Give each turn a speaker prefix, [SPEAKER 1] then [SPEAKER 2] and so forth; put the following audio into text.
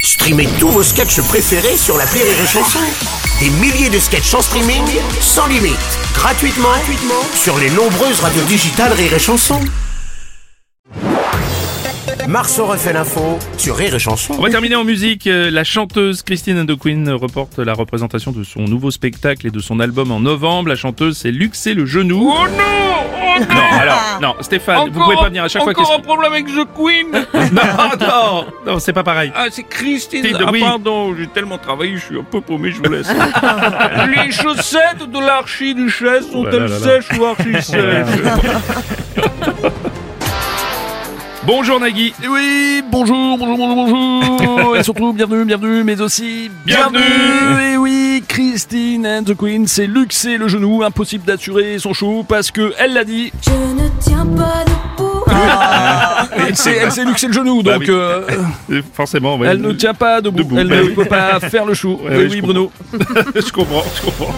[SPEAKER 1] Streamez tous vos sketchs préférés sur la Rire et Chanson. Des milliers de sketchs en streaming, sans limite, gratuitement, gratuitement sur les nombreuses radios digitales Rire et Chanson. Marceau refait l'info sur Rire et Chanson.
[SPEAKER 2] On va terminer en musique. Euh, La chanteuse Christine Andoquin reporte la représentation de son nouveau spectacle et de son album en novembre. La chanteuse s'est luxé le genou.
[SPEAKER 3] Oh non
[SPEAKER 2] non, alors, non, Stéphane, vous pouvez pas venir à chaque fois
[SPEAKER 3] Encore
[SPEAKER 2] qu'est-ce
[SPEAKER 3] un problème avec The Queen
[SPEAKER 2] que... Non, non, non, c'est pas pareil.
[SPEAKER 3] Ah, c'est Christine
[SPEAKER 2] Christine de
[SPEAKER 3] Ah,
[SPEAKER 2] oui.
[SPEAKER 3] pardon, j'ai tellement travaillé, je suis un peu paumé, je vous laisse. Les chaussettes de l'archiduchesse
[SPEAKER 4] Oh
[SPEAKER 2] là là
[SPEAKER 3] sont-elles
[SPEAKER 2] là.
[SPEAKER 3] sèches ou archi-sèches
[SPEAKER 2] Bonjour Nagui.
[SPEAKER 4] Et Eh oui, bonjour, bonjour, bonjour, bonjour, et surtout bienvenue, bienvenue, mais aussi
[SPEAKER 2] Bienvenue.
[SPEAKER 4] Et oui, Christine and the Queen s'est luxé le genou, impossible d'assurer son show parce que elle l'a dit.
[SPEAKER 5] Je ne tiens pas debout.
[SPEAKER 3] Ah.
[SPEAKER 4] Elle s'est elle s'est luxé le genou,
[SPEAKER 2] Bah
[SPEAKER 4] donc
[SPEAKER 2] oui.
[SPEAKER 4] euh,
[SPEAKER 2] Euh, Forcément, ouais.
[SPEAKER 4] elle ne tient pas debout,
[SPEAKER 2] Debout,
[SPEAKER 4] elle
[SPEAKER 2] bah
[SPEAKER 4] ne
[SPEAKER 2] oui.
[SPEAKER 4] peut pas faire le show.
[SPEAKER 2] Ouais, ouais,
[SPEAKER 4] Et oui,
[SPEAKER 2] je
[SPEAKER 4] Bruno.
[SPEAKER 2] je comprends, je comprends.